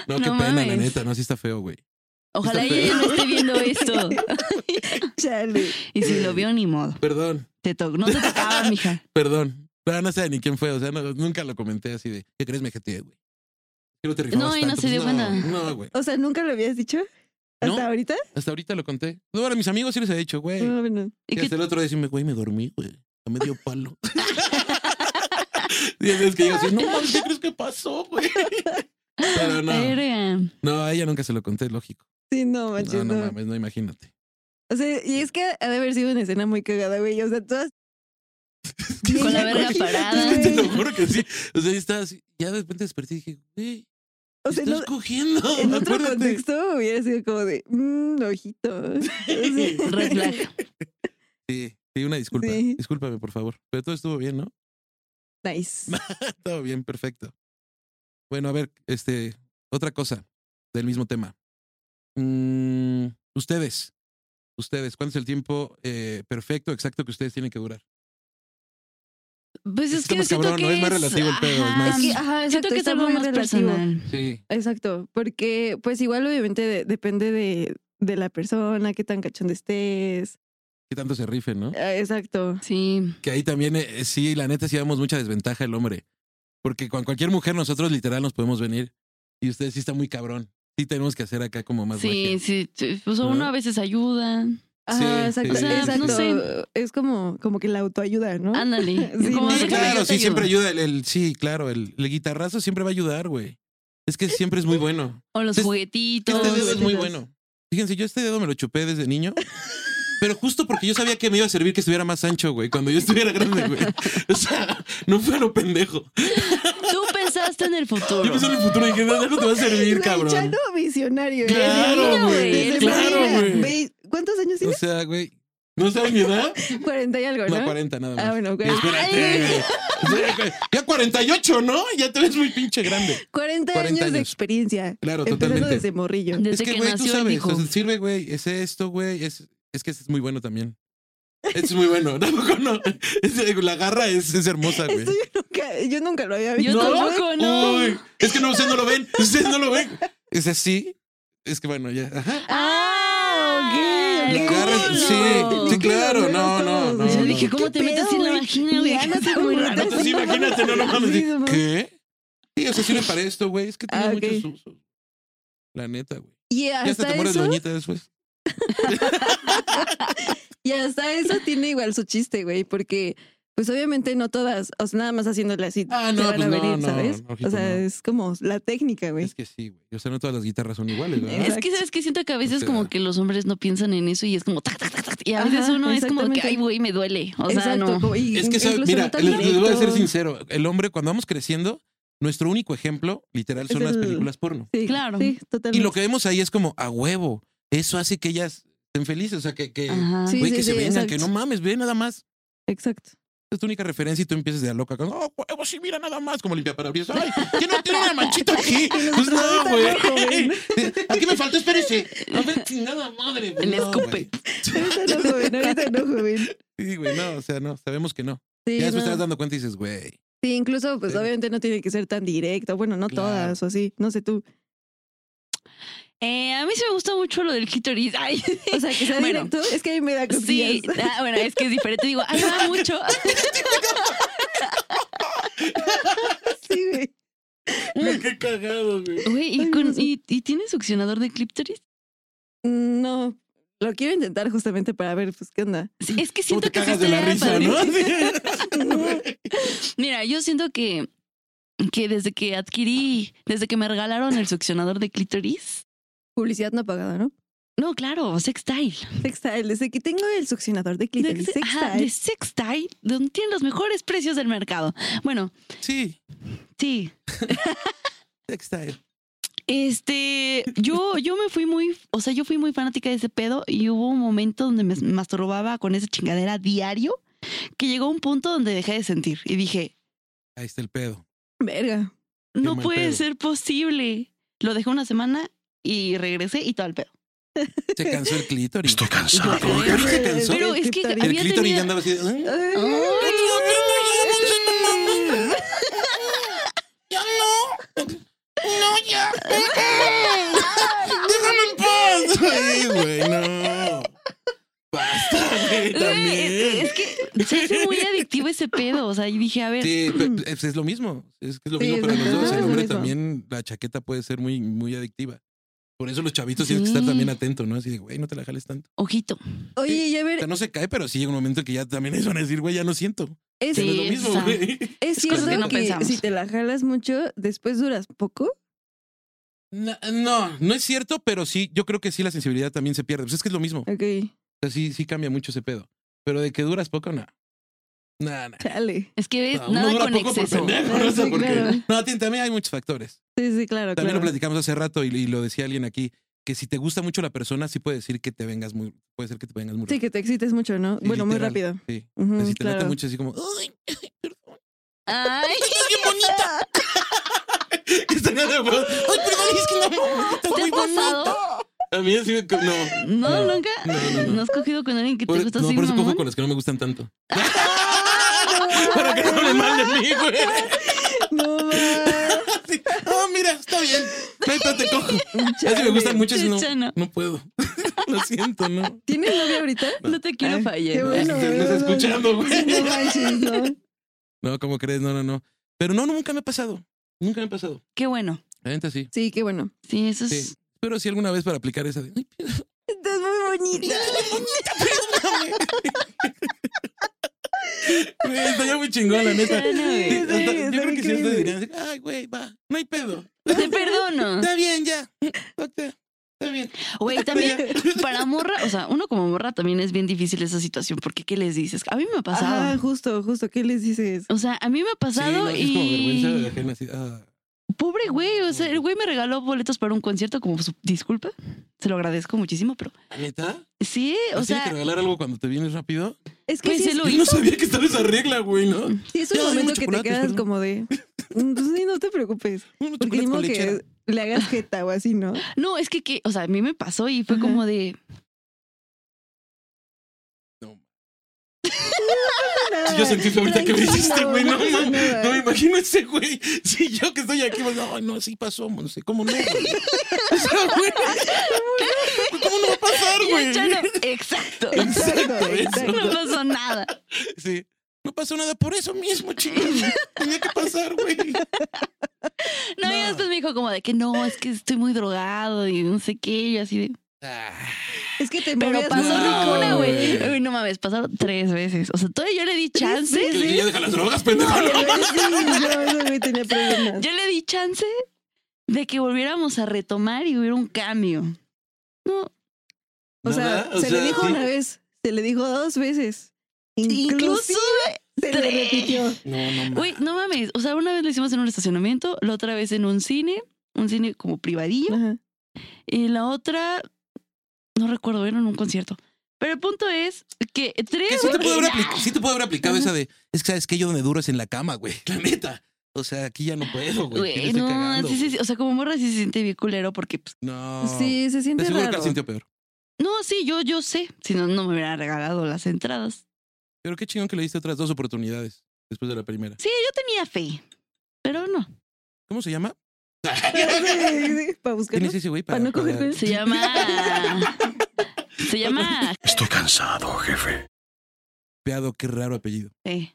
No, qué
No
pena, la
mames.
neta, no, sí está feo, güey.
Ojalá
Está
ella
feo.
no esté
(laughs)
viendo esto.
(laughs) Chale.
Y si lo vio, ni modo.
Perdón,
Te to- no te tocaba,
(laughs)
mija.
perdón. Pero no sé ni quién fue, o sea, no- nunca lo comenté así de, ¿qué crees, me jeteé, güey? Que no te rifabas
No, y no
tanto".
se dio
Pues no,
cuenta.
No, güey.
O sea, ¿nunca lo habías dicho? ¿Hasta
No.
ahorita?
Hasta ahorita lo conté. No, ahora mis amigos sí les he dicho, güey.
No, bueno.
Mm, ¿Y
Y
qué
hasta el otro día decirme, güey, me dormí, güey. A medio
(laughs)
palo. (laughs) y es que yo así, no mames, ¿qué crees que pasó,
(laughs)
güey? Pero no,
verga?
no, a ella nunca se lo conté, lógico.
Sí, no, manches,
No, no
no.
mames, no imagínate.
(laughs)
O sea, y es que ha de haber sido una escena muy cagada, güey. O sea, todas.
Con la
(laughs)
verga
Imagínate,
parada.
Es que te
güey.
lo (laughs) juro que sí. O sea, estás, ya de repente desperté y dije, güey,
O sea,
estás
no-
cogiendo.
en otro
acuérdate.
contexto hubiera sido como de, mmm, ojito. O (laughs) sea,
Red
(laughs)
flag.
Sí, sí, una disculpa.
Sí.
Discúlpame, por favor. Pero todo estuvo bien, ¿no? (laughs)
Nice.
Todo bien, perfecto. Bueno, a ver, este, otra cosa del mismo tema. Mm, ustedes, ustedes, ¿cuánto es el tiempo eh, perfecto, exacto que ustedes tienen que durar?
Pues
Es
es
que
que
más
siento
cabrón, ¿no?
que
Es más relativo el pedo, es
ajá,
más-
Es que, ajá,
Siento
exacto,
que es
está
algo
muy
más
relativo.
personal.
Sí.
Exacto, porque pues igual obviamente de- depende de, de la persona, qué tan cachonde estés.
Que tanto se rife, ¿no?
Ah, Exacto.
Sí.
Que ahí también, eh, sí, la neta, sí damos mucha desventaja el hombre. Porque con cualquier mujer nosotros literal nos podemos venir y ustedes sí está muy cabrón. Sí tenemos que hacer acá como más Ah.
Sí,
magia.
sí, sí. Pues
¿No?
uno a veces ayuda.
Ajá,
Sí,
exacto.
sí, sí,
exacto.
sí, sí.
Es como, como que la autoayuda, ¿no?
Ándale.
(laughs) Sí,
Como
no,
algo que
claro,
te
sí, siempre ayuda. El, el- sí, claro, el, el guitarrazo siempre va a ayudar, güey. Es que siempre es muy bueno.
O los
Este-
juguetitos.
Este dedo es muy
Todos.
bueno. Fíjense, yo este dedo me lo chupé desde
(laughs)
niño. Pero justo porque yo sabía que me iba a servir que estuviera más ancho, güey, cuando
(laughs)
yo estuviera grande, güey. O sea, no fue a lo pendejo.
Tú pensaste en el futuro.
Yo pensé en el futuro y dije, no, ya no te va a servir,
Güey,
cabrón.
Chano visionario. ¿eh?
Claro,
Desde
güey,
desde
claro,
pequeña.
güey.
Ve- ¿Cuántos años
O
tienes?
sea, güey, ¿no sabes mi edad?
40 y algo, ¿no?
No, 40 nada más.
Ah, bueno,
Y
ok.
Espérate.
Ay,
güey. (laughs) O sea, güey, Ya 48, ¿no? Ya te ves muy pinche grande.
40,
40
años de
años.
experiencia.
Claro,
Empezando
totalmente.
desde morrillo.
Desde
Es que,
que,
güey, tú
nació él
sabes,
dijo.
o sea, sirve, güey, es esto, güey, es, es que es muy bueno también. Es muy bueno, (laughs) tampoco no. Es- la garra es, es
(laughs)
hermosa, güey.
Esto yo nunca, yo nunca lo
Yo
había visto. güey.
tampoco, no.
Uy, es que no, ustedes no lo ven, ustedes no lo ven. Es así, es que bueno, ya. Ajá.
Ah,
Ah, ok,
La
ok.
garra,
culo.
sí, sí, claro, no, no, no.
Yo
no.
dije, ¿cómo
¿Qué
te metes
pedo,
en la
güey?
vagina, güey? (laughs) pues,
Ya no
Está
sé
muy
cómo
raro.
metes.
Entonces, imagínate, no, no mames.
Sí, no mames.
¿Qué? Sí, o sea, sirve para esto, güey, es que tiene
Ah, ok.
muchos usos. La neta, güey.
Y
Ya hasta
hasta
te mueres
eso,
doñita después.
y hasta eso tiene igual su chiste, güey, porque pues obviamente no todas, o sea, nada más haciéndole así
Ah,
te
no,
van
pues
a
no,
venir,
no,
¿sabes?
lógico,
o sea,
no.
es como la técnica, güey.
Es que sí, güey. O sea, no todas las guitarras son iguales, ¿verdad?
Es que, ¿sabes que Siento que a veces
O sea-
como que los hombres no piensan en eso y es como... tac, tac, tac, tac, y a veces
Ajá,
uno es como que,
exactamente.
ay, güey, me duele. O sea, no.
como- y
Es que, ¿sabes?
incluso
mira,
no tan
les, les voy a ser
directo.
sincero. El hombre, cuando vamos creciendo, nuestro único ejemplo, literal,
Es
son las
el-
películas porno.
Sí,
Claro.
Sí,
Y
totalmente.
lo que vemos ahí es como, a huevo, eso hace que ellas estén felices. O sea, que, que,
Ajá.
Sí.
güey, que se vengan, que
exacto.
no mames, ve nada más.
Exacto. (laughs)
Es tu única referencia y tú empiezas de la loca. Con, oh, huevo, sí, mira nada más. Como limpia parabrisas. Ay, que no tiene
(laughs)
una manchita aquí. Pues
nosotros,
no,
"Está loco,
güey.
güey".
(laughs) Aquí me faltó, espérese. A ver, chingada madre. güey.
Le
No,
escupe.
güey.
Ahorita no, joven,
(laughs)
ahorita no, joven.
Sí, güey, no, o sea, no, sabemos que no.
Sí,
Ya
no.
después te vas dando cuenta y dices, güey.
Sí, incluso, pues
Sí.
obviamente no tiene que ser tan directo. Bueno, no
Claro.
todas o así. No sé tú.
Eh, a mí sí me gusta mucho lo del clítoris. (laughs) Ay,
O sea,
(laughs)
que sea
Bueno.
directo. Es que ahí me da
sí.
cosquillas.
Ah, bueno, es que es diferente. Digo, ay, va mucho.
(laughs) Sí, güey.
Qué cagado, güey.
Güey, ¿y,
Ay,
con-
no sé.
y- y tienes succionador de clítoris?
No. Lo quiero intentar justamente para ver, pues, qué onda.
Sí, Es que
¿Cómo
siento
te
que sí
cagas de la
estaría
risa, no?
padrísimo.
Güey.
Mira, yo siento que, que desde que adquirí, desde que me regalaron el succionador de clítoris.
Publicidad no pagada, (laughs) ¿no?
No, claro, sextile.
Sextile. Desde que tengo el succionador de
De,
clítoris.
ajá, de
Sextile.
sextile, donde tienen los mejores precios del mercado. Bueno,
(laughs) Sí,
sí.
textile.
Este, yo, yo me fui muy, o sea, yo fui muy fanática de ese pedo y hubo un momento donde me masturbaba con esa chingadera diario que llegó un punto donde dejé de sentir y dije,
Ahí está el pedo.
Verga.
no
mal
puede
pedo.
ser posible. Lo dejé una semana y regresé y todo el pedo.
Se cansó el clítoris.
Estoy
Yo
cansado.
creo.
¿Por qué no se cansó?
Pero es que
El
El
había
clítoris
tenido-
ya andaba así. de, "Ah,
Ay,
Ya no. No, ya. Déjame en paz.
(laughs)
Se hace muy adictivo ese pedo. O sea, y dije, a ver,
(laughs) Sí, pe- pe- es, es lo mismo. Es que es lo
Sí,
mismo para los
exacto.
dos.
Es
El
lo
hombre
mismo.
también, la chaqueta puede ser muy, muy adictiva. Por eso los chavitos tienen que
Sí.
estar también atentos, ¿no? Así de, güey, no te la jales tanto.
ojito.
Oye, y a
O sea,
ver,
no se cae, pero sí llega un momento en que ya también les van a decir, güey, ya no siento.
es,
Ya no es lo
Sí,
mismo,
exacto.
güey.
es
es cosa
cierto
que
que,
no pensamos.
si te la jalas mucho, después duras poco.
No, no, no es cierto, pero sí, yo creo que sí la sensibilidad también se pierde. Pues es que es lo mismo. O
Ok,
sea, sí, sí cambia mucho ese pedo. Pero de que duras poco, no. No, no.
chale.
Es que ves,
No, Ah, uno
nada
dura
con
poco por
exceso.
pendejo, ¿no? O sea,
Sí,
porque-
claro.
No, ti- también hay muchos factores.
Sí, sí, claro,
También lo
claro.
platicamos hace rato y, y lo decía alguien aquí, que si te gusta mucho la persona, sí puede decir que te vengas muy, puede ser que te vengas muy
Sí, que te excites mucho, ¿no?
Sí,
bueno, muy
literal.
rápido.
Sí.
Ujú,
Pero si te notas
claro.
mucho así como, ¡ay, (laughs)
Ay,
qué bonita! Que están en el bro- ¡Ay, perdón, es que no!
¿te
¡Está
ha
muy
pasado?
bonita! A mí así me... No.
No,
No,
nunca.
no, no, no.
No has cogido con alguien que te
Por- e-,
gusta
no,
así,
por eso cojo
mamón?
con los que no me gustan tanto. Para que no hablen mal de mí, güey.
No, ma.
Así, Ah, mira, está bien. Ahorita te cojo. Ya si me
Chale.
gustan mucho, así, no,
Chano.
no puedo. (laughs) Lo siento, no.
¿Tienes novia
(laughs)
ahorita?
No te quiero
Ay,
fallar.
qué bueno.
Te estás
¿verdad?
escuchando, güey.
Sí, No manches, no.
No, ¿cómo crees? No, no, no. Pero no, no, nunca me ha pasado. Nunca me ha pasado.
Qué bueno.
La neta sí.
Sí, qué bueno.
Sí, eso
Sí.
es.
Pero sí alguna vez para aplicar esa de... "Ay,
Estás muy bonita.
(laughs) Güey, estaría muy chingón, la neta.
Chano, güey.
Sí, hasta-
estaría
yo creo que sí hasta
increíble.
dirían, así, ay, güey, va, no hay pedo.
Te
(laughs)
perdono.
Está bien, ya. Doctor, Está bien. (laughs)
Güey, (laughs) también para morra, o sea, uno como morra también es bien difícil esa situación, porque ¿qué les dices? A mí me ha pasado.
Ah, justo, justo. ¿Qué les dices?
O sea, a mí me ha pasado
sí, no, es como vergüenza de
y.
ajena, así, ah.
Pobre güey, o sea, el güey me regaló boletos para un concierto como su disculpa. Se lo agradezco muchísimo, pero.
¿Neta?
Sí, o
¿Así de que
sea,
regalar algo cuando te vienes rápido?
Es que
Pues
sí,
se lo
Yo no sabía que estaba esa regla, güey, ¿no?
sí es un
Ya, dame
momento que te
chocolates,
quedas
perdón.
como de... "Mm, pues sí, no te preocupes.
Unos
Porque
chocolates
ni
con
modo
lechera.
que le hagas jeta o así, ¿no?
no, es que, que, o sea, a mí me pasó y fue
Ajá.
como de.
No. Sí, yo sentí ahorita que me hiciste, güey. No,
pasa
man,
nada.
no me imagino ese güey. Si yo que estoy aquí, güey, ay, no, sí pasó, no sé, ¿cómo no? güey? O sea, güey, pues, ¿cómo no va a pasar,
Y el
güey?
Chano,
(laughs)
exacto.
Exacto,
Exacto,
(laughs)
exacto.
No pasó nada.
Sí. No pasó nada por eso mismo, chicos. Tenía que pasar, güey.
No, y
No.
después me dijo como de que no, es que estoy muy drogado y no sé qué, y yo así de.
Es que te
Pero
movías
pasó
muy
no,
rico.
ninguna,
güey.
güey. Uy, no mames, pasaron tres veces. O sea, todavía yo le di chance.
veces?
Que ya deja las drogas, pendejo.
Ay,
¿no?
güey, sí, yo
(laughs)
ese güey tenía problemas.
Yo le di chance de que volviéramos a retomar y hubiera un cambio. No,
O sea,
Nada, o
se le
sea,
dijo
sí.
una vez, se le dijo dos veces.
incluso,
Inclusive se le
tres.
repitió.
No, no, no.
güey, no mames. O sea, una vez lo hicimos en un estacionamiento, la otra vez en un cine, un cine como privadillo,
Ajá.
y la otra, no recuerdo, era en un concierto. Pero el punto es que tres.
Que sí te, puedo haber
veces-
aplicado, sí te puedo haber aplicado esa de, es que sabes que yo donde duro es en la cama, güey, la neta. O sea, aquí ya no puedo, güey. aquí me
Güey,
estoy
no,
cagando,
sí, sí,
güey.
sí. O sea, como morra sí se siente bien culero porque, pues,
No.
Sí, se
Te
siente
seguro que
raro.
la sintió peor.
no, sí, yo, yo sé. Si no, no me hubiera regalado las entradas.
Pero qué chingón que le diste otras dos oportunidades después de la primera.
Sí, yo tenía fe, pero no.
¿Cómo se llama?
Para buscarlo.
¿Tienes ese güey para,
Para no coger
para-
con
Se (laughs) llama. se llama.
Estoy cansado, jefe.
Peado, qué raro
(laughs)
apellido.
eh,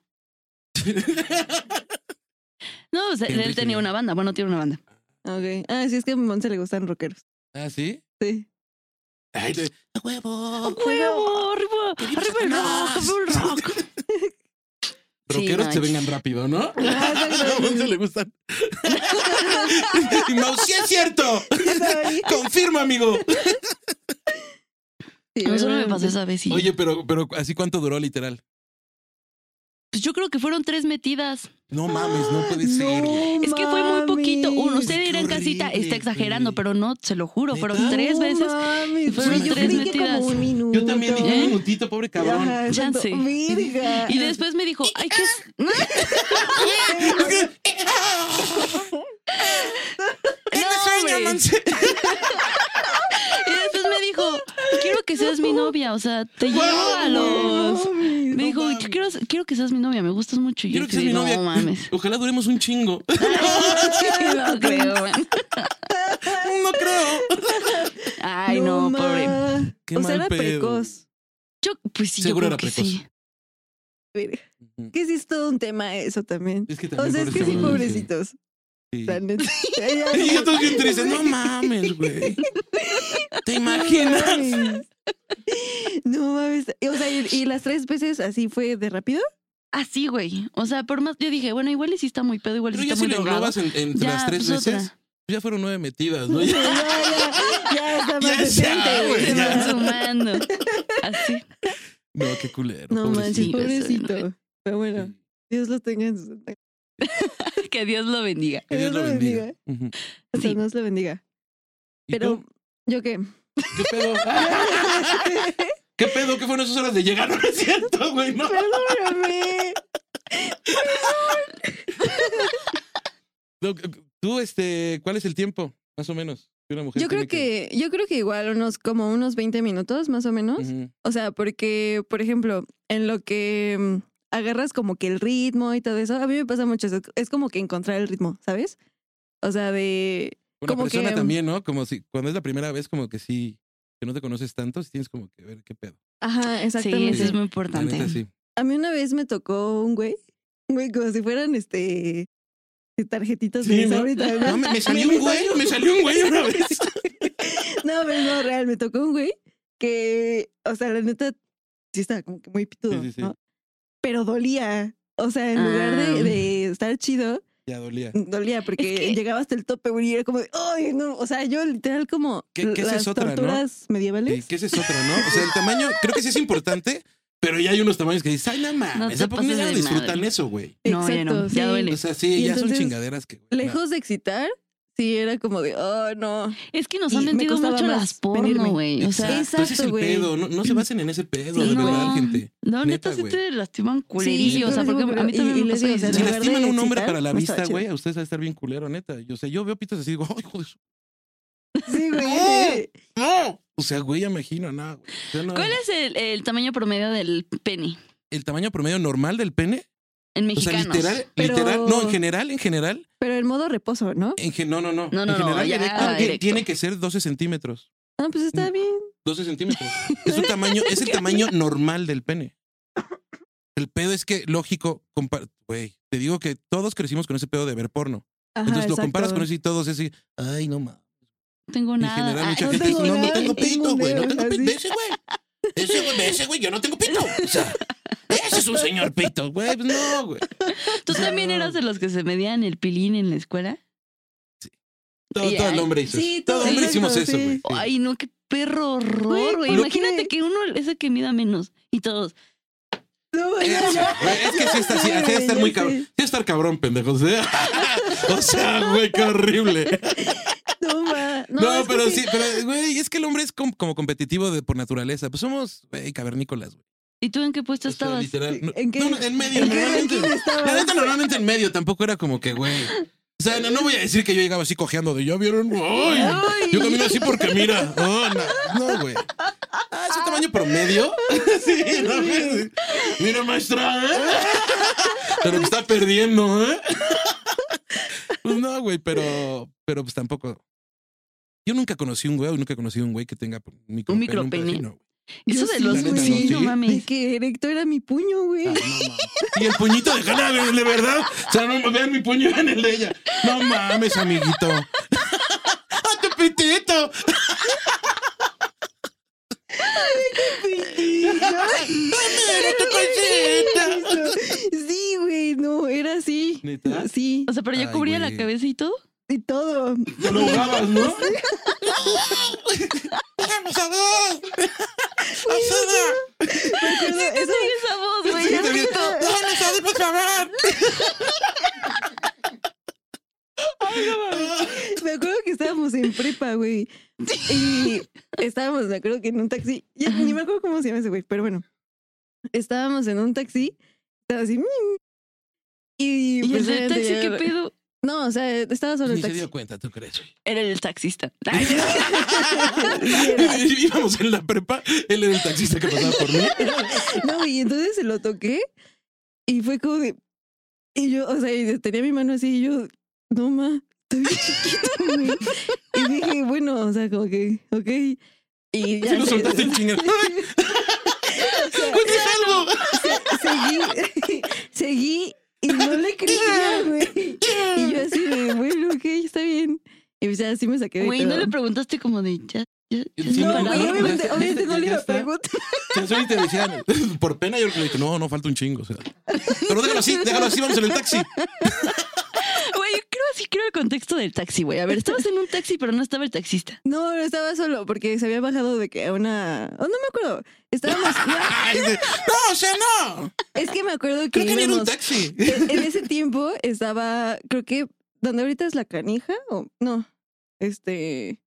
No, o sea,
Enrique
él tenía
Iglesias.
una banda. Bueno, tiene una banda.
Ok. Ah, sí, es que a Monse le gustan rockeros.
¿Ah, sí?
Sí.
(laughs) Ay, de- ¡A huevo!
¡Huevo! ¡Arriba!
Querido
¡Arriba el rock!
Satanás.
¡Arriba el (laughs) rock! Sí,
Rockeros
no,
se
es-
vengan rápido, ¿no? (laughs) A Monse
(laughs) Exacto. (laughs)
le gustan. Y Mau, sí es cierto.
(laughs)
Confirma, amigo.
Sí,
No solo me
verdaderamente.
pasó esa vez. y-
Oye, pero, pero así cuánto duró literal.
Pues yo creo que fueron tres metidas.
No mames, no puede
No
ser. güey.
Es que fue muy poquito.
mames.
Uno, usted
qué
dirá en casita,
horrible,
está exagerando,
güey.
pero no, se lo juro. Fueron
¿Neta?
tres
No
veces.
mames,
Fueron
güey, yo
tres
creí que
metidas.
Como un minuto.
Yo también dije
¿Eh?
un minutito, pobre cabrón.
Ajá, exacto.
Chance.
Virga.
(laughs) Y después me dijo, ay, ¿qué (laughs) es?
Tengo
güey.
Monse.
Y después me dijo, quiero que seas mi novia. O sea, te llevo a
No
los.
mames.
Me
no
dijo,
mames.
quiero, quiero que seas mi novia, me gustas mucho. Y yo
Quiero que seas
así
mi
de,
novia.
No mames.
Ojalá duremos un chingo. (laughs)
(laughs)
no creo, man.
No creo.
Ay, no, pobre.
ma.
Qué
o sea,
mal
era
pedo.
precoz.
Yo, pues sí,
Seguro
yo creo
era
que
precoz.
sí.
verga.
Ujú.
Que sí es todo un tema eso también.
Es que
O
también
sea, es que sí,
pobrecito.
pobrecitos.
Sí.
La
(laughs)
neta.
Y yo estoy bien
(laughs)
triste. No mames, güey. ¿Te imaginas?
mames. (laughs) No mames. O sea, y, y las tres veces así fue de rápido.
Así, Ah, güey. O sea, por más, yo dije, bueno, igual y sí está muy pedo, igual y
Pero
sí
ya
está
si
muy
lo
drogado.
englobas en- entre
Ya,
las tres
pues, otra.
veces, pues ya fueron nueve metidas, ¿no?
(laughs) Ya, ya, ya está
Ya- Ya
más
está,
decente,
(laughs)
güey,
Se
güey.
ya.
van sumando. Así.
No, qué culero.
No manches,
pobrecito.
pobrecito.
pobrecito. Pero bueno, Dios los tenga en su santa.
Que Dios lo bendiga.
Que Dios lo bendiga. Ujú.
Hasta
Sí.
nos lo bendiga.
¿Y
Pero,
tú?
¿yo qué?
¿Qué
(laughs)
pedo? ¿Qué pedo? ¿Qué fueron esas horas de llegar? (laughs) No es cierto, güey, no.
Perdóname.
No, Tú, este, ¿cuál es el tiempo? Más o menos. que una mujer
Yo creo
tiene
que, yo creo que igual unos, como unos 20 minutos más o menos.
Ujú.
O sea, porque, por ejemplo, en lo que mm, agarras como que el ritmo y todo eso, a mí me pasa mucho eso. Es como que encontrar el ritmo, ¿sabes? O sea, de...
Una
como
persona
que- mm.
también, ¿no? Como si cuando es la primera vez, como que sí, que no te conoces tanto, sí tienes como que ver qué pedo.
Ajá,
Sí,
exactamente.
eso es muy
La neta,
importante.
sí.
A mí una vez me tocó un güey, un güey como si fueran este de tarjetitas
Sí,
de esa
¿no?
ahorita.
No, me, me salió un güey, me salió un güey una vez.
No, pero no, real, me tocó un güey que, o sea, la neta, sí estaba como que muy pitudo,
Sí, sí, sí.
¿no? Pero dolía. O sea, en lugar
Ah.
de, de estar chido,
Ya dolía.
dolía porque
que-
llegaba hasta el tope, güey, y era como, de, ¡ay, no! O sea, yo literal como
Que- que esa
las
es otra, ¿no?
torturas
Eh,
medievales.
que ese es otro, ¿no? O sea, el tamaño, creo que sí es importante, pero ya hay unos tamaños que dices, ay, no
No
mames,
te
¿a poco no
pases de
disfrutan
madre.
eso, güey?
No, ya no, ya duele.
O sea, sí,
Y
ya
entonces,
son chingaderas que. güey,
Lejos de excitar, sí era como de, ¡oh, no!
Es que nos
Y
han
me
metido
costaba
mucho
más
las porno,
venirme.
güey.
no.
O sea,
Exacto, ese es el
Exacto, güey.
pedo. No, no se basen en ese pedo,
Sí,
de verdad,
no.
gente.
no,
Neta,
neta, sí
güey.
te lastiman culerillo. o sea,
por
porque
ejemplo,
a mí
y-
también
y
me
les
pasó
digo, o sea,
eso.
Si
en lugar
lastiman a
de
un hombre
excitar,
para la
no estaba
vista,
chido.
güey, a ustedes va a estar bien culero, neta. Yo sé, yo veo pitos así, digo, ay, hijo de su.
(laughs) Sí,
¡No!
güey.
¡No! O sea, güey, ya me imagino, nada, güey. O sea, no.
¿Cuál es el, el tamaño promedio del pene
El tamaño promedio normal del pene.
en
O sea,
mexicanos?
literal,
Pero-
literal, no, en general, en general,
Pero en modo reposo, ¿no?
en gen- no, no, no.
No,
en
no, no,
general,
ya
directo, que
directo.
tiene que ser 12 centímetros.
Ah, pues
Mm.
está bien.
12 centímetros. Es un tamaño, es el tamaño normal del pene. El pedo es que, lógico, compa- güey, te digo que todos crecimos con ese pedo de ver porno.
Ajá,
Entonces lo
exacto.
comparas con eso y todos es así, ay, no mames.
No tengo
En
nada.
general,
Ay,
mucha
no
gente
tengo
dice, no, no
nada,
tengo
es
pito, güey, no
mundial,
tengo pito.
así.
Ve ese, güey. Ese, güey, ve ese, güey, yo no tengo pito. O sea, ese es un señor pito, güey. Pues no, güey.
¿Tú también eras de los que se medían el pilín en la escuela?
Todo,
Y
todo el
ahí-
hombre hizo
Sí,
eso. Todo
todo
el hombre
eso,
hicimos eso,
sí.
güey. Sí.
Ay, no, qué perro horror,
Güey,
güey.
¿por
Imagínate
qué?
que uno ese que mida menos y todos.
No, (laughs) güey,
Eso,
ya,
güey, Es que sí está así,
ya
así debe
sé,
estar
ya
muy
sé.
cabrón. Sí debe estar cabrón, pendejo. O sea, (laughs) o sea, güey, qué horrible.
No, ma.
No,
es que
pero sí, pero, güey, es que el hombre es com- como competitivo de, por naturaleza. Pues somos, güey, cavernícolas, güey.
¿Y tú en qué puesto
O sea,
estabas?
literal. No,
¿En qué?
no, no, en medio,
¿En qué
normalmente.
ranking estabas? (laughs)
La neta, normalmente en medio tampoco era como que, güey. O sea, no, no voy a decir que yo llegaba así cojeando de, ¿ya vieron? ¡Ay!
Ay.
Yo camino así porque mira. Oh, no, no, güey. Ah, es un tamaño promedio. (laughs) sí, no, güey. Mira, maestra, ¿eh? pero que está perdiendo, ¿eh? pues no, güey, pero, pero pues tampoco. Yo nunca conocí un güey, nunca conocí un güey que tenga micropene.
Un micropene.
pedacino, güey.
Eso
Yo
de
sí,
los
la neta,
güeyes,
sí.
no mames.
(laughs)
De que erecto era mi puño, güey.
Ah, no, mames. y el puñito de Jana, de de verdad. O sea, no vean mi puño en el de ella. No mames, amiguito. ¡A tu pitito! ¡Pero tu cosita!
(laughs) Sí, güey, no, era así.
Ah. ¿Neta?
Sí,
O sea, pero ya
Ay,
cubría
güey.
la cabeza y
(laughs)
todo.
y todo.
Te lo ahogabas, ¿no? ¡Déjanos a dos! ¡Asada! (laughs)
Recuerdo eso-
Ay, esa voz, güey.
Sí, te vi- ¡Déjanos a dos, por favor!
me acuerdo que estábamos en prepa, güey. Y estábamos, me acuerdo que en un taxi. Ya ni me acuerdo cómo se llama ese güey, pero bueno. Estábamos en un taxi. Estaba así. "Mm".
Y
Y,
el
pues,
eh,
del taxi,
obviamente,
¿qué
ya-
pedo?
No, o sea, estaba solo el
Ni se
taxi.
dio cuenta, ¿tú crees?
Era el
(laughs)
taxista. Ay,
Y- y- Íbamos en la prepa, él era el taxista que pasaba por mí.
(laughs) No, y entonces se lo toqué y fue como de. Y yo, o sea, y tenía mi mano así y yo, no ma, estoy bien chiquito, güey. Y dije, bueno, o sea, como que, ok. Y ya.
Si lo
se- (laughs)
soltaste en chinga. ¡Ay,
o sea,
¡Encuentres Pues algo!
se, se seguí, (laughs) seguí y no le creía, güey. Y yo así de, bueno, ok, está bien. Y pues ya así me saqué de
Güey, ¿no
todo.
le preguntaste como de ya? ya, ya
Sí,
se
No,
no,
paró?
güey,
no,
obviamente,
ya-
obviamente
ya-
no le
ya
iba a
está.
preguntar.
Si no, ahorita decían, por pena, yo le dije, no, no, falta un chingo. o sea. Pero déjalo así, déjalo así, vamos en el taxi.
(laughs) Güey, yo creo así, creo el contexto del taxi, güey. A ver, estabas en un taxi, pero no estaba el taxista.
No, no estaba solo porque se había bajado de que a una. Oh, no me acuerdo.
(laughs)
Estábamos.
Ay, de- no, o sea, no.
es que me acuerdo que.
Creo que viene un
íbamos- e,
taxi.
en en ese tiempo estaba, creo que, donde ahorita es la canija, o no, este,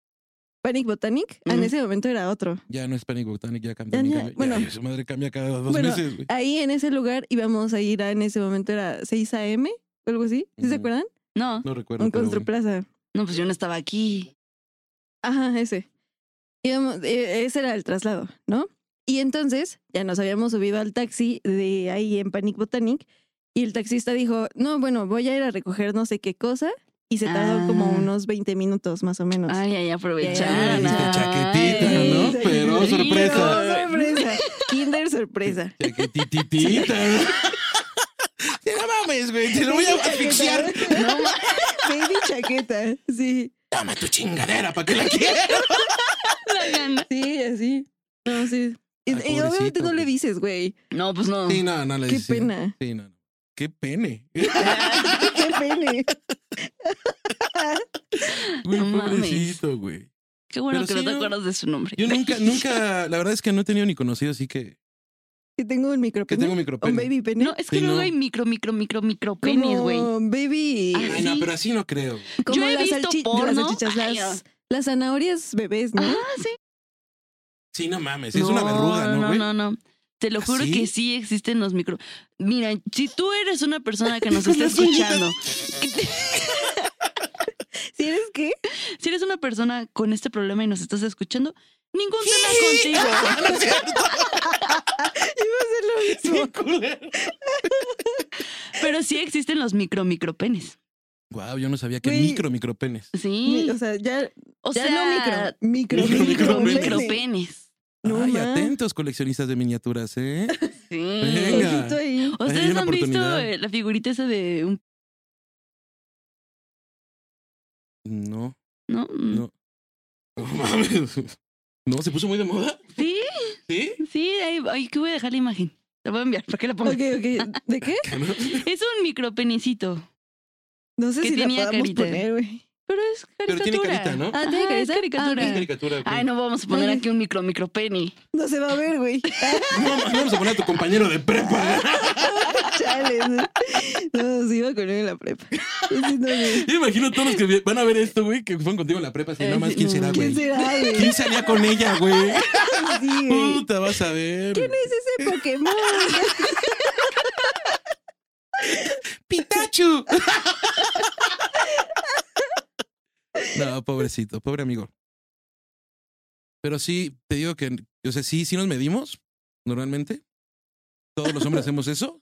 Panic Botanic, en
Ujú.
ese momento era otro.
Ya no es Panic Botanic, ya cambió.
Ya,
también
ya,
cambió.
bueno.
Ya, su madre cambia cada dos
Bueno,
meses. güey.
Ahí en ese lugar íbamos a ir a, en ese momento era 6 AM o algo así, ¿sí se
Ujú.
acuerdan?
No,
No recuerdo.
En
pero bueno.
Construplaza.
no, pues yo no estaba aquí.
Ajá, ese. Íbamos, e- ese era el traslado, ¿no? Y entonces ya nos habíamos subido al taxi de ahí en Panic Botanic y el taxista dijo, no, bueno, voy a ir a recoger no sé qué cosa y se tardó
Ah.
como unos 20 minutos más o menos.
Ay, ay,
Ya
aprovecharon.
le diste
ay.
chaquetita, ¿no?
Ay,
Pero
sí,
sorpresa.
Pero sorpresa. (laughs) Kinder sorpresa.
Chaquetititita. No mames, güey, te lo voy a asfixiar.
No ma- Baby chaqueta. Sí.
Toma tu chingadera, ¿para qué la quieres?
La gana.
Sí, así. No, sí. Y-
Ay,
y
pobrecito,
obviamente no le
güey.
dices, güey.
No, pues no.
Sí, no, no le
Qué
decía.
pena.
Sí, no. no. Qué pene.
Qué pene.
Güey,
No mames.
pobrecito, güey.
Qué bueno
Pero
que
sí,
no te
yo-
acuerdas de su nombre.
Yo nunca, nunca, la verdad es que no he tenido ni conocido, así que,
Que tengo un micro
que tengo micropene.
Un baby pene.
No, es que
Sí,
luego
no.
hay micro, micro, micro, micro
Como
penes, güey.
Baby.
Ay,
Ay, no,
sí.
pero así no creo.
Como
Yo he
las,
visto
salchi- las
porno.
salchichas,
Ay,
las, las zanahorias bebés, ¿no?
Ah, sí.
Sí, no mames, es una verruga, ¿no,
No,
güey?
no, no. Te lo
¿Ah,
juro
sí?
que sí existen los micro. Mira, si tú eres una persona que
(laughs)
nos está escuchando,
¿Sí eres qué?
si eres una persona con este problema y nos estás escuchando, ningún tema contigo.
(laughs) No es cierto,
Iba a hacer lo mismo.
culero.
Pero sí existen los micro, micro penes.
Guau, yo no sabía que
Güey.
micro, micropenes.
Sí.
O sea, ya,
O
ya
sea,
no micro. Micro,
micro,
micro,
micro,
micropenes.
micro
pene.
penes.
No,
Ay,
ma.
atentos coleccionistas de miniaturas, ¿eh?
Sí.
Venga.
(laughs)
Ojito ahí.
Ahí hay
¿Ustedes
una
han visto
oportunidad.
eh, la figurita esa de un...
No,
¿No?
No. no mames. No, se puso muy de moda,
Sí,
¿sí?
sí, ahí, ahí que voy a dejar la imagen. La voy a enviar para que la ponga.
Ok, ok. ¿De qué?
(laughs) Es un micro penecito,
No sé
Que
si la
tenía
podamos
carita.
poner, güey.
pero es
Pero
caricatura.
tiene carita, ¿no?
Ah, ¿tiene
Ajá, es
carita?
caricatura.
Ah, ok.
caricatura. güey.
Ay, no vamos a poner
Ay.
aquí un micro micro penny.
No se va a
(laughs)
ver, güey.
No, no vamos a poner a tu compañero de prepa. (laughs)
Chale. No, se iba con él en la prepa. Sí, no, güey.
Yo imagino todos los que van a ver esto, güey, que fueron contigo en la prepa. Así,
Eh,
no más,
sí,
¿quién
no,
será,
¿Quién
Ah, güey?
será, güey?
¿Quién salía con ella, güey?
Sí, güey.
Puta, vas a ver.
¿Quién es ese Pokémon?
¡Pitachu! (laughs) no, pobrecito, pobre amigo. Pero sí, te digo que, o sea, sí, sí nos medimos, normalmente. Todos los
(laughs)
hombres hacemos eso.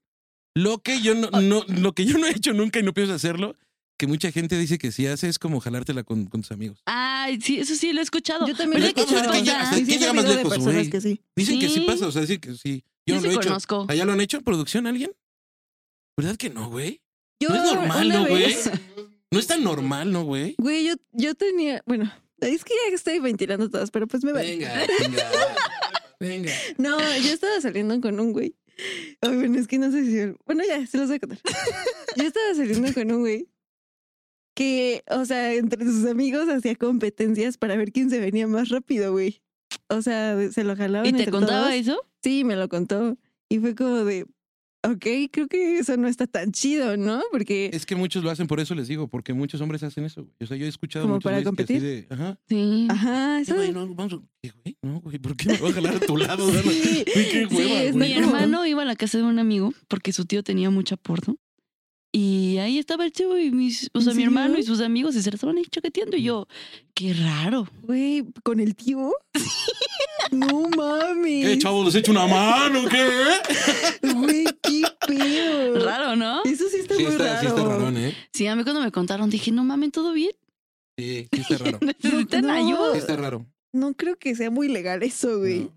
Lo que yo no, no- lo que yo no he hecho nunca y no pienso hacerlo, que mucha gente dice que si hace es como jalártela con, con tus amigos.
Ay, sí, eso sí lo he escuchado.
Yo también lo he
Pero es que
escuchado.
sí pasa.
Sí, sí,
¿Qué
he
llamas
sabido de
lejos,
personas
güey?
que sí.
Dicen que sí
Sí.
pasa, o sea, decir que sí.
Yo
Yo, no
sí
lo he hecho.
conozco.
¿Allá lo han hecho? ¿Producción alguien? ¿Verdad que no, güey?
Yo
No es normal,
una
¿no, güey?
vez-
No es tan
Pues
normal, ¿no, güey?
Güey, yo, yo tenía. Bueno, es que ya estoy ventilando todas, pero pues me vale.
Venga, venga. Venga.
No, yo estaba saliendo con un güey. Ay, bueno, es que no sé si. Bueno, ya, se los voy a contar. Yo estaba saliendo con un güey que, o sea, entre sus amigos hacía competencias para ver quién se venía más rápido, güey. O sea, de- se lo jalaban.
¿Y te
entre
contaba
todos.
eso?
Sí, me lo contó. Y fue como de, ok, creo que eso no está tan chido, ¿no? Porque
Es que muchos lo hacen, por eso les digo, porque muchos hombres hacen eso. güey. O sea, yo he escuchado
¿Como
muchos
para
güeyes que así de, ajá.
Sí.
Ajá,
Sí,
eso
güey, no, vamos. a- Eh, güey, no, güey, ¿por qué me voy a jalar a tu lado? Dana?
Sí,
Güey, qué
sí,
hueva,
es
güey.
Mi
no.
hermano iba a la casa de un amigo porque su tío tenía mucha porno. Y ahí estaba el chivo y mis, o
¿En
sea, mi
serio?
hermano y sus amigos y se la estaban ahí choqueteando. Y yo, qué raro.
güey, con el
(laughs)
tío. No
(laughs) ¿Qué,
mames.
chavos, les echo una mano, qué?
Güey, qué pedo.
Raro, ¿no?
Eso sí está
Sí,
muy
está,
raro.
sí está rarón, ¿eh?
Sí, a mí cuando me contaron dije, no mames, ¿todo bien?
Sí, sí está
(laughs)
raro.
¿Necesitan
no.
ayuda?
Sí está raro.
No creo que sea muy legal eso, güey.
No.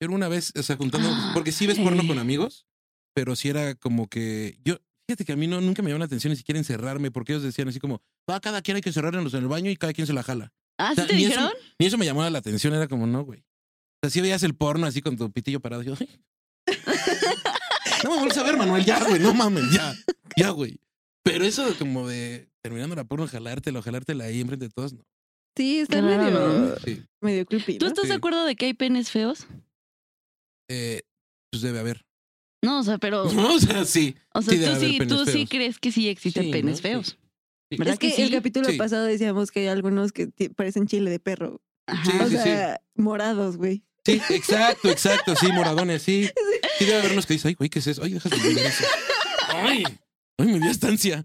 Pero una vez, o sea, juntando,
Ah,
porque si ves porno
eh.
con amigos, pero sí era como que yo, fíjate que a mí no, nunca me llamó la atención ni siquiera encerrarme, porque ellos decían así como, va, cada quien hay que encerrarnos en el baño y cada quien se la jala.
Ah, ¿sí
O sea,
te
ni
dijeron?
Eso, ni eso me llamó la atención, era como, no, güey. O sea, si veías el porno así con tu pitillo parado, yo, "Ay". No me vuelves a ver, Manuel, ya, güey, no mames, ya, ya, güey. Pero eso de como de terminando la porno, jalártela, o jalártela ahí enfrente de todos, no.
Sí, está
Claro.
medio,
Sí.
medio creepy.
¿Tú
¿no?
estás de
Sí.
acuerdo de que hay penes feos?
Eh, pues debe haber.
No, o sea, pero.
No, (laughs) o sea, sí.
O sea,
Sí debe
tú,
haber
sí,
penes
tú sí
feos.
crees que sí existen
Sí,
penes
¿no?
feos.
Sí. Sí.
¿Verdad
Es que
que, sí?
el capítulo
Sí.
pasado decíamos que hay algunos que ti- parecen chile de perro.
Ajá.
Ah, Sí,
o
sí, sí.
sea, morados, güey.
Sí, exacto, exacto, sí, moradones, sí. Sí debe haber unos que dicen, ay, güey, ¿qué es eso? Ay, déjate de ver eso. Ay, ay, me dio estancia.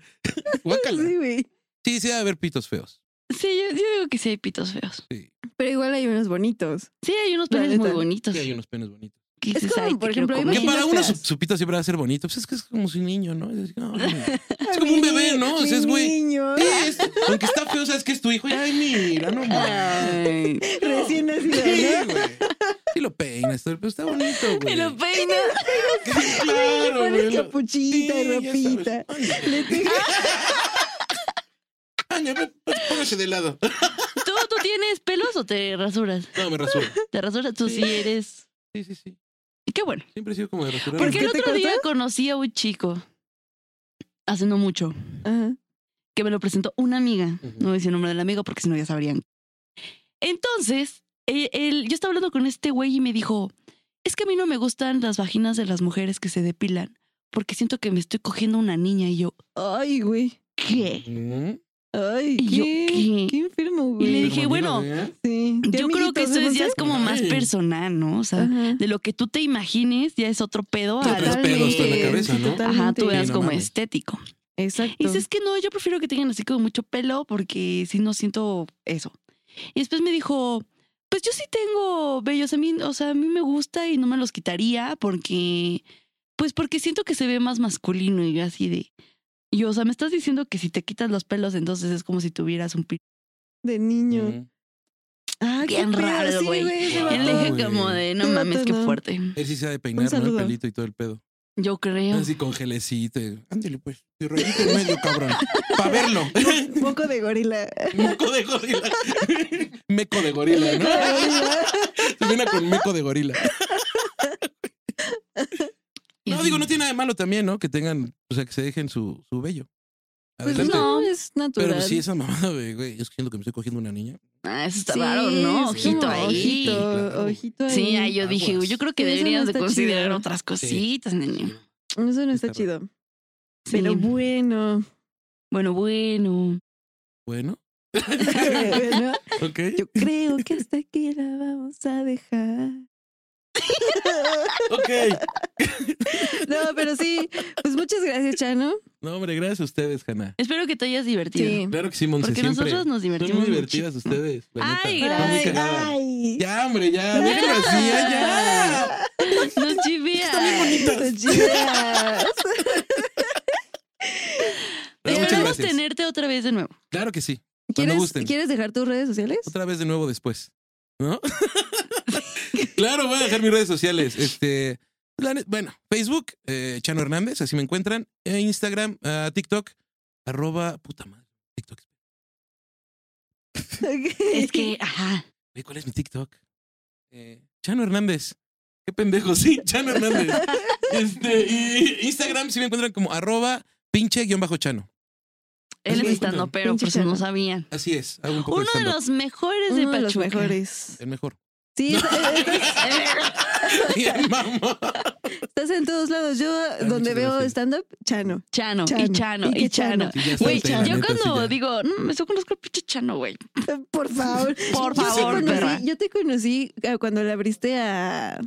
Sí,
(laughs) Guácala.
güey.
Sí, sí debe haber pitos feos.
Sí, yo, yo digo que sí hay pitos feos.
Sí,
Pero igual hay unos bonitos.
Sí, hay unos
La
penes muy
neta.
bonitos.
sí hay unos penes bonitos.
que
Es
dices,
como,
"Ay,
por
te quiero
ejemplo, hay
comer".
Que
Imaginas
para uno su,
feas.
su pito siempre va a ser bonito. Pues es que es como si un niño, ¿no? Es, no, no. Es como un bebé, ¿no? O sea, es güey.
niño.
(laughs) Sí, es- aunque está feo, sabes que es tu hijo. Y, Ay, mira, no (laughs) mames.
Ay.
Recién nacido,
Ah, Sí,
¿no?
güey. Sí lo peinas, pero está bonito,
Me
güey.
lo peina.
Sí,
Le
Claro,
pones
güey. lo-
capuchita y
Sí, ya sabes. Ah.
ropita. Le tejes-
Aña, ve, pues póngase de lado. (laughs)
¿Tú, ¿Tú tienes pelos o te rasuras?
No, me rasuro.
Te rasuras, tú sí
Sí.
eres.
Sí, sí, sí.
Qué bueno.
Siempre he sido como de rasurar.
¿Por
Porque
qué
el
te
otro día
cortas?
conocí a un chico, hace no mucho,
(laughs) Ajá.
que me lo presentó una amiga.
Ujú.
No voy a decir el nombre del amigo porque si no ya sabrían. Entonces, eh, él- yo estaba hablando con este güey y me dijo, es que a mí no me gustan las vaginas de las mujeres que se depilan porque siento que me estoy cogiendo una niña y yo,
Ay, güey.
¿qué?
Ujú.
Ay,
¿Y yo
qué,
qué?
qué enfermo,
Y
güey.
le dije,
Pero
bueno,
mira, ¿eh?
Sí. ¿Qué
Yo creo que
amiguitos,
eso es- ya
Monse?
es como más
Ay.
personal, ¿no? O sea,
Ajá.
de lo que tú te imagines ya es otro pedo. a-
Otros pedos tú en la cabeza, ¿no?
Ajá, tú
Totalmente.
veas
Sí, no
como
mames.
estético.
Exacto.
Y dices que no, yo prefiero que tengan así como mucho pelo porque si no siento eso. Y después me dijo, pues yo sí tengo vellos, a mí, o sea, a mí me gusta y no me los quitaría porque, pues porque siento que se ve más masculino y yo así de... Y o sea, me estás diciendo que si te quitas los pelos, entonces es como si tuvieras un pito.
de niño.
Ujú.
Ah, qué
Bien
pedo,
raro,
sí,
güey.
ese
Y
Y
vato.
le dije
güey.
como de, no
Tú no,
mames,
tú
qué
no".
fuerte.
Él sí se ha de peinar, ¿no? El
saludo.
pelito y todo el pedo.
Yo creo.
Así con gelecito. Ándale, pues. Y rayito en medio, cabrón. Para (laughs) verlo.
Un poco de gorila.
Moco de gorila. (laughs) Meco de gorila, ¿no? Se viene con meco de gorila.
Y
No,
así.
digo, no tiene nada de malo también, ¿no? Que tengan, o sea, que se dejen su, su vello.
Pues
Adelante.
no, es natural.
Pero sí, esa mamada, de, güey, es que siento que me estoy cogiendo una niña.
Ah, eso está
Sí,
raro, ¿no?
es
Ojito
como
ahí.
Ojito,
Claro.
ojito ahí.
Sí, ahí yo
Aguas.
dije, yo creo que
Sí, eso no
deberías de
está
considerar
chido.
otras cositas, niño.
Eso no está,
Está
chido.
Sí.
Pero bueno. (laughs)
Bueno, bueno.
Bueno,
bueno,
(laughs)
ok.
yo creo que hasta aquí la vamos a dejar.
Ok.
No, pero sí. Pues muchas gracias, Chano.
No, hombre, gracias a ustedes, Hanna.
Espero que te hayas divertido.
Sí.
Claro que sí, Monse,
Porque
siempre.
nosotros nos
Son
divertimos.
muy divertidas
muchísimo.
ustedes. la
Ay,
neta. Son muy
gracias.
cagadas.
Ay.
Ya, hombre, ya. Déjenlo así, ya.
(laughs) Nos chiveas.
Ay, chidas.
No, muchas
Esperamos
gracias.
tenerte otra vez de nuevo.
Claro que sí. Cuando
¿Quieres,
gusten.
¿Quieres dejar tus redes (laughs) sociales?
Otra vez de nuevo después.
(laughs)
¿No? claro, voy a dejar mis redes sociales. Este, la net- bueno, Facebook, eh, Chano Hernández, así me encuentran. E Instagram, ah, TikTok, arroba puta madre. TikTok.
Es que, ajá.
Güey, ¿Cuál es mi TikTok? Eh, Chano Hernández. Qué pendejo, sí, Chano
(laughs)
Hernández. Este, y Instagram sí me encuentran como arroba pinche guión bajo Chano.
Él
Sí,
es estando,
bueno.
pero
Pinche
por si no
chavo.
sabían.
Así es, hago un poco
Uno de
stand-up.
los mejores de
Uno de los
Pachuca. Eh,
mejores.
El mejor. (laughs)
Sí, eh, estás,
Bien, mamá.
estás en todos lados. Yo, donde
muchas
veo
gracias.
stand-up, Chano.
Chano,
Chano,
y Chano,
y que
y Chano.
Sí, ya está,
Güey,
sí, la
yo
neta, sí,
cuando
ya.
digo, no, me conozco el pinche Chano, güey.
(laughs) Por favor.
Por
Yo te
favor,
conocí-
perra.
Yo te conocí eh, cuando le abriste a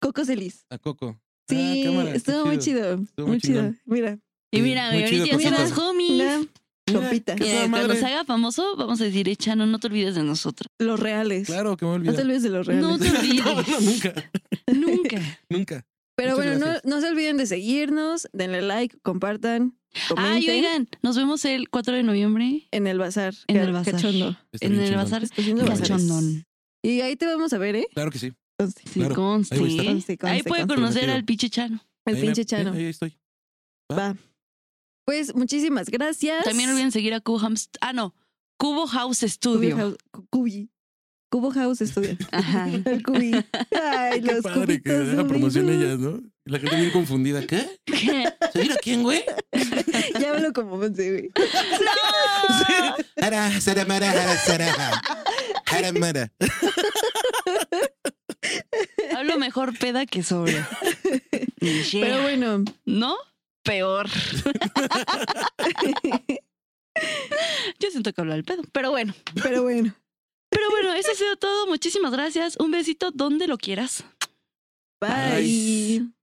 Coco Celis.
A Coco.
Sí,
Ah, cámara, qué
estuvo muy chido. muy
Estuvo muy
chido.
chingón.
Mira,
Y mira,
Muy
güey,
chido,
ahorita ya
Cosita.
somos homies.
mira,
Mira,
compita.
qué
Mira,
toda
cuando
madre.
se haga famoso, vamos a decir, eh, Chano, no te olvides de nosotros.
los reales.
Claro que me
No te
olvidé.
olvides de los reales.
No te olvides. (laughs)
(laughs) No, no, nunca,
Nunca.
nunca.
Pero
muchas
bueno, no,
gracias.
no se olviden de seguirnos, denle like, compartan, comenten
Ay, oigan, nos vemos el 4 de noviembre
en el bazar.
En
ca-
el bazar.
Cachondo.
Está
en
bien
el
chingón.
bazar
Escogiendo bazares.
Cachondón.
Y ahí te vamos a ver, ¿eh?
Claro que sí.
Entonces,
Sí,
Claro,
conste.
ahí voy a
Ahí,
estar.
Conste, conste,
puede
conste,
conocer
metido.
al pinche Chano.
El
Ahí me-
pinche
eh,
Chano.
Ahí estoy.
Va. Pues muchísimas gracias.
También olviden seguir a Cubo Hams- Ah, no. Cubo House Studio.
Cubo House, Cu- Cubi. Cubo House Studio.
(laughs) Ajá.
(laughs) El Cubi. Ay,
Qué
los
padre que
cubitos
la promoción
Rubí.
ellas, ¿no? Y La gente bien confundida. ¿Qué? ¿Seguir a quién, güey?
Ya hablo como Monse, güey.
Ara, sara, mara, ara, sara. Ara, mara.
Hablo mejor peda que
(laughs)
sobria. Yeah.
Pero bueno,
¿No?
(laughs)
Peor. Yo siento que hablo al pedo, pero bueno.
pero bueno.
Pero bueno, eso ha sido todo. Muchísimas gracias. Un besito donde lo quieras.
Bye.
Bye.